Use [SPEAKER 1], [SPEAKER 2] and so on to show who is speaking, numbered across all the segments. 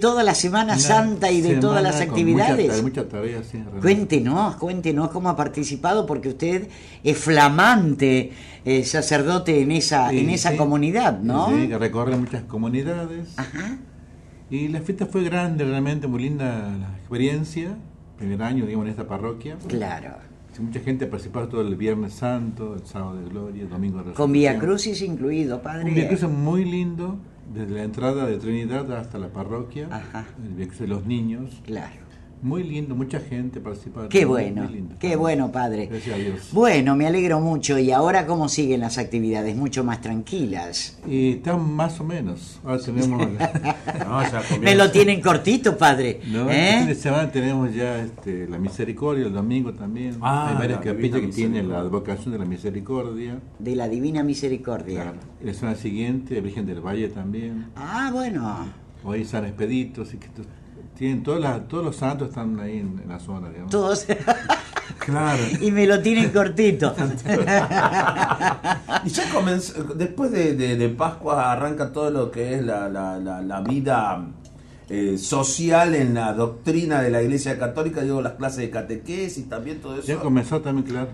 [SPEAKER 1] toda la Semana
[SPEAKER 2] Una
[SPEAKER 1] Santa y de
[SPEAKER 2] semana
[SPEAKER 1] todas las
[SPEAKER 2] con
[SPEAKER 1] actividades.
[SPEAKER 2] Muchas mucha tareas, sí, realmente.
[SPEAKER 1] Cuéntenos, cuéntenos cómo ha participado, porque usted es flamante eh, sacerdote en esa,
[SPEAKER 2] Sí,
[SPEAKER 1] en esa
[SPEAKER 2] sí.
[SPEAKER 1] comunidad, ¿no?
[SPEAKER 2] Sí, que recorre muchas comunidades.
[SPEAKER 1] Ajá.
[SPEAKER 2] Y la fiesta fue grande, realmente muy linda la experiencia. Primer año, digamos, en esta parroquia.
[SPEAKER 1] Claro.
[SPEAKER 2] Sí, Mucha gente participó todo el Viernes Santo, el Sábado de Gloria, el Domingo de
[SPEAKER 1] Con
[SPEAKER 2] Resurrección.
[SPEAKER 1] Via Crucis incluido, padre.
[SPEAKER 2] Un Via Crucis muy lindo, desde la entrada de Trinidad hasta la parroquia.
[SPEAKER 1] Ajá.
[SPEAKER 2] El Via Crucis de los niños.
[SPEAKER 1] Claro.
[SPEAKER 2] Muy lindo, mucha gente participó.
[SPEAKER 1] Qué
[SPEAKER 2] Muy-
[SPEAKER 1] bueno,
[SPEAKER 2] muy lindo.
[SPEAKER 1] qué bueno, padre.
[SPEAKER 2] Gracias a Dios.
[SPEAKER 1] Bueno, me alegro mucho. ¿Y ahora cómo siguen las actividades? Mucho más tranquilas.
[SPEAKER 2] Y están más o menos. Ahora tenemos.
[SPEAKER 3] No, ya comienza.
[SPEAKER 1] Me lo tienen cortito, padre.
[SPEAKER 2] No,
[SPEAKER 1] ¿eh?
[SPEAKER 2] el fin de semana tenemos ya este, la misericordia, el domingo también.
[SPEAKER 3] Ah,
[SPEAKER 2] Hay varias
[SPEAKER 3] la
[SPEAKER 2] capillas que
[SPEAKER 3] Divina
[SPEAKER 2] tienen la
[SPEAKER 3] Misericordia.
[SPEAKER 2] advocación de la misericordia.
[SPEAKER 1] De la Divina Misericordia.
[SPEAKER 2] Claro. Y La semana siguiente, la Virgen del Valle también.
[SPEAKER 1] Ah, bueno.
[SPEAKER 2] Hoy San Expedito, así que esto- tienen todas las- todos los santos están ahí en, en la zona, digamos.
[SPEAKER 1] Todos.
[SPEAKER 3] Claro.
[SPEAKER 1] y me lo tienen cortito.
[SPEAKER 3] Y ya comenzó, después de, de- de Pascua arranca todo lo que es la, la- la- la vida eh, social en la doctrina de la Iglesia Católica, digo, las clases de catequesis, también todo
[SPEAKER 2] Ya
[SPEAKER 3] eso.
[SPEAKER 2] comenzó también, claro.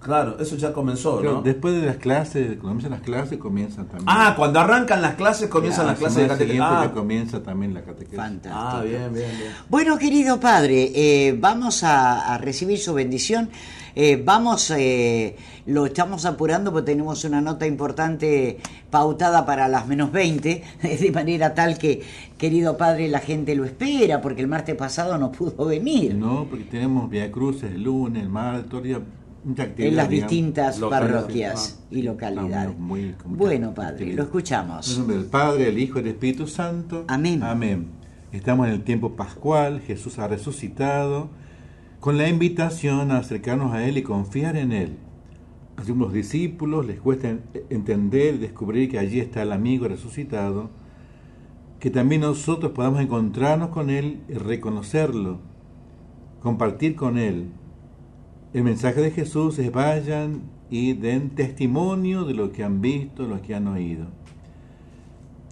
[SPEAKER 3] Claro, eso ya comenzó,
[SPEAKER 2] Claro,
[SPEAKER 3] ¿no?
[SPEAKER 2] Después de las clases, cuando comienzan las clases, comienzan también.
[SPEAKER 3] Ah, cuando arrancan las clases comienzan
[SPEAKER 2] La
[SPEAKER 3] las clases de
[SPEAKER 2] semana
[SPEAKER 3] catequesis.
[SPEAKER 2] siguiente
[SPEAKER 3] Ah,
[SPEAKER 2] ya comienza también la catequesis.
[SPEAKER 1] Fantástico.
[SPEAKER 3] ah, bien, bien, bien.
[SPEAKER 1] Bueno, querido padre, eh, vamos a, a recibir su bendición. Eh, vamos, eh, lo estamos apurando porque tenemos una nota importante pautada para las menos 20, de manera tal que, querido padre, la gente lo espera porque el martes pasado no pudo venir
[SPEAKER 2] No, porque tenemos Via Cruces el lunes, el martes, todo el día, mucha actividad.
[SPEAKER 1] en las
[SPEAKER 2] digamos.
[SPEAKER 1] distintas
[SPEAKER 3] locales,
[SPEAKER 1] parroquias
[SPEAKER 2] ah,
[SPEAKER 1] y localidades.
[SPEAKER 2] estamos muy- con mucha
[SPEAKER 1] bueno, padre, lo
[SPEAKER 2] actividad. En el
[SPEAKER 1] escuchamos.
[SPEAKER 2] nombre del Padre, el Hijo y el Espíritu Santo.
[SPEAKER 1] Amén.
[SPEAKER 2] Amén. Estamos en el tiempo pascual, Jesús ha resucitado, con la invitación a acercarnos a Él y confiar en Él. A los discípulos les cuesta en- entender y descubrir que allí está el amigo resucitado, que también nosotros podamos encontrarnos con Él y reconocerlo, compartir con Él. El mensaje de Jesús es vayan y den testimonio de lo que han visto, lo que han oído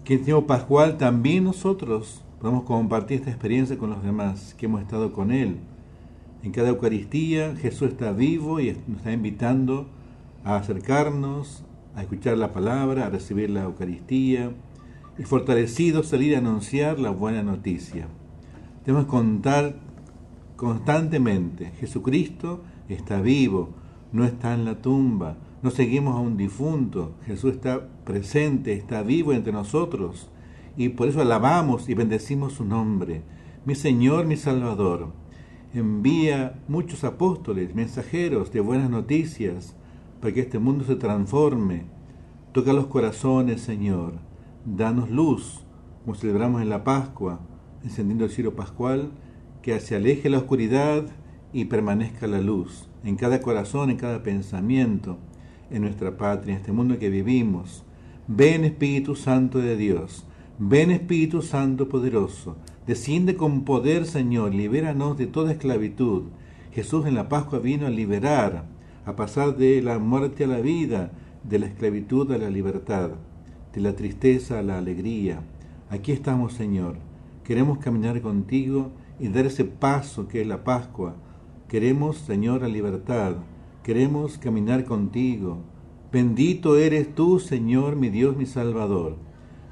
[SPEAKER 2] que en tiempo pascual también nosotros podemos compartir esta experiencia con los demás que hemos estado con Él. En cada Eucaristía Jesús está vivo y nos está invitando a acercarnos, a escuchar la palabra, a recibir la Eucaristía y fortalecidos salir a anunciar la buena noticia. Debemos contar constantemente, Jesucristo está vivo, no está en la tumba, no seguimos a un difunto, Jesús está presente, está vivo entre nosotros y por eso alabamos y bendecimos su nombre, mi Señor, mi Salvador. Envía muchos apóstoles, mensajeros de buenas noticias para que este mundo se transforme. Toca los corazones, Señor. Danos luz, como celebramos en la Pascua, encendiendo el cielo pascual, que se aleje la oscuridad y permanezca la luz, en cada corazón, en cada pensamiento, en nuestra patria, en este mundo que vivimos. Ven Espíritu Santo de Dios, ven Espíritu Santo poderoso, desciende con poder, Señor, libéranos de toda esclavitud. Jesús en la Pascua vino a liberar, a pasar de la muerte a la vida, de la esclavitud a la libertad, de la tristeza a la alegría. Aquí estamos, Señor. Queremos caminar contigo y dar ese paso que es la Pascua. Queremos, Señor, la libertad. Queremos caminar contigo. Bendito eres tú, Señor, mi Dios, mi Salvador.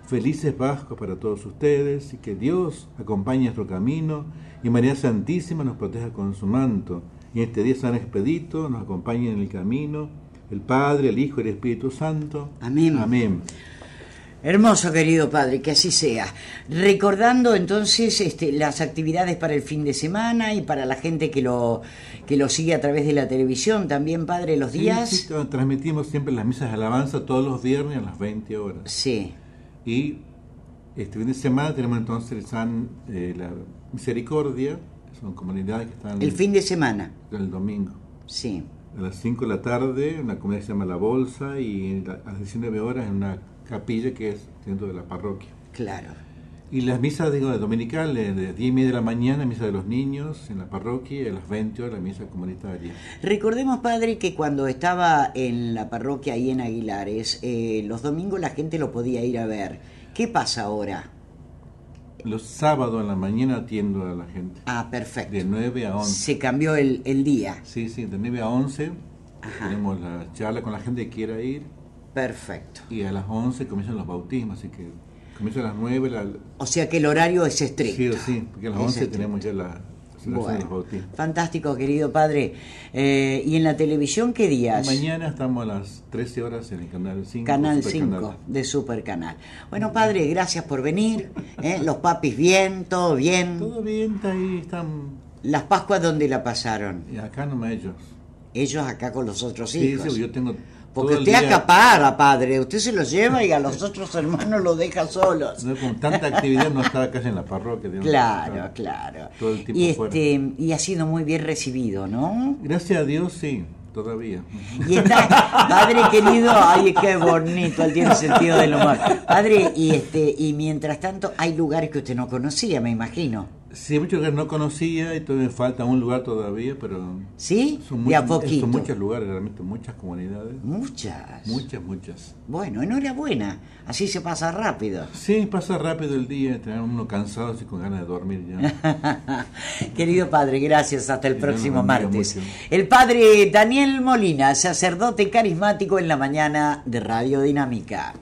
[SPEAKER 2] Felices Pascua para todos ustedes y que Dios acompañe nuestro camino y María Santísima nos proteja con su manto. Y en este día San Expedito nos acompañe en el camino el Padre, el Hijo y el Espíritu Santo.
[SPEAKER 1] Amén.
[SPEAKER 2] Amén.
[SPEAKER 1] Hermoso, querido padre, que así sea. Recordando entonces este, las actividades para el fin de semana y para la gente que lo, que lo sigue a través de la televisión también, padre, los
[SPEAKER 2] Sí,
[SPEAKER 1] días.
[SPEAKER 2] sí,
[SPEAKER 1] Sí.
[SPEAKER 2] tra- transmitimos siempre las misas de alabanza todos los viernes a las 20 horas. Y este fin de semana tenemos entonces el San eh, la Misericordia, son comunidades que están
[SPEAKER 1] El fin de semana.
[SPEAKER 2] el domingo.
[SPEAKER 1] Sí.
[SPEAKER 2] A las 5 de la tarde, en una comunidad que se llama La Bolsa, y a las 19 horas en una capilla que es dentro de la parroquia.
[SPEAKER 1] Claro.
[SPEAKER 2] Y las misas, digo, dominicales, de 10 y media de la mañana, misa de los niños en la parroquia, y a las 20 horas la misa comunitaria.
[SPEAKER 1] Recordemos, padre, que cuando estaba en la parroquia ahí en Aguilares, eh, los domingos la gente lo podía ir a ver. ¿Qué pasa ahora?
[SPEAKER 2] Los sábados en la mañana atiendo a la gente.
[SPEAKER 1] Ah, perfecto.
[SPEAKER 2] De 9 a 11.
[SPEAKER 1] Se cambió el, el día.
[SPEAKER 2] Sí, sí, de 9 a 11
[SPEAKER 1] Ajá.
[SPEAKER 2] tenemos la charla con la gente que quiera ir
[SPEAKER 1] Perfecto.
[SPEAKER 2] y a las 11 comienzan los bautismos, así que comienza a las 9 la,
[SPEAKER 1] O sea que el horario es estricto.
[SPEAKER 2] sí o sí, porque a las
[SPEAKER 1] Es
[SPEAKER 2] 11
[SPEAKER 1] estricto.
[SPEAKER 2] tenemos ya la celebración de
[SPEAKER 1] Bueno,
[SPEAKER 2] los bautismos.
[SPEAKER 1] fantástico, querido padre. Eh, ¿Y en la televisión qué días?
[SPEAKER 2] Mañana estamos a las 13 horas en el canal 5.
[SPEAKER 1] Canal
[SPEAKER 2] Supercanal.
[SPEAKER 1] 5 de Super Canal. Bueno, padre, gracias por venir. ¿eh? Los papis bien, todo bien.
[SPEAKER 2] Todo bien, está ahí están
[SPEAKER 1] Las Pascuas, ¿dónde la pasaron?
[SPEAKER 2] y acá nomás ellos.
[SPEAKER 1] Ellos acá con los otros
[SPEAKER 2] Sí,
[SPEAKER 1] hijos.
[SPEAKER 2] sí, yo tengo
[SPEAKER 1] pues. Porque
[SPEAKER 2] todo el
[SPEAKER 1] usted
[SPEAKER 2] día-
[SPEAKER 1] acapara, padre. Usted se los lleva y a los otros hermanos los deja solos.
[SPEAKER 2] no, con tanta actividad no estaba casi en la parroquia. digamos. Ah,
[SPEAKER 1] Claro, claro.
[SPEAKER 2] Todo el tiempo
[SPEAKER 1] Y,
[SPEAKER 2] fuera.
[SPEAKER 1] este, y ha sido muy bien recibido, ¿no?
[SPEAKER 2] Gracias a Dios, sí, todavía.
[SPEAKER 1] Y está, padre querido, ay, qué bonito, él tiene sentido del humor. Padre, y este, y mientras tanto, hay lugares que usted no conocía, me imagino.
[SPEAKER 2] Sí, hay muchos que no conocía y todavía me falta un lugar todavía, pero
[SPEAKER 1] ¿Sí?
[SPEAKER 2] son,
[SPEAKER 1] De a
[SPEAKER 2] muchos-
[SPEAKER 1] poquito.
[SPEAKER 2] son muchos lugares, realmente muchas comunidades.
[SPEAKER 1] Muchas.
[SPEAKER 2] Muchas, muchas.
[SPEAKER 1] Bueno, enhorabuena. Así se pasa rápido.
[SPEAKER 2] Sí, pasa rápido el día, tener uno cansado así con ganas de dormir ya.
[SPEAKER 1] Querido padre, gracias. Hasta el
[SPEAKER 2] Sí,
[SPEAKER 1] próximo
[SPEAKER 2] no, no, no,
[SPEAKER 1] martes.
[SPEAKER 2] mucho.
[SPEAKER 1] El padre Daniel Molina, sacerdote carismático en la mañana de Radio Dinámica.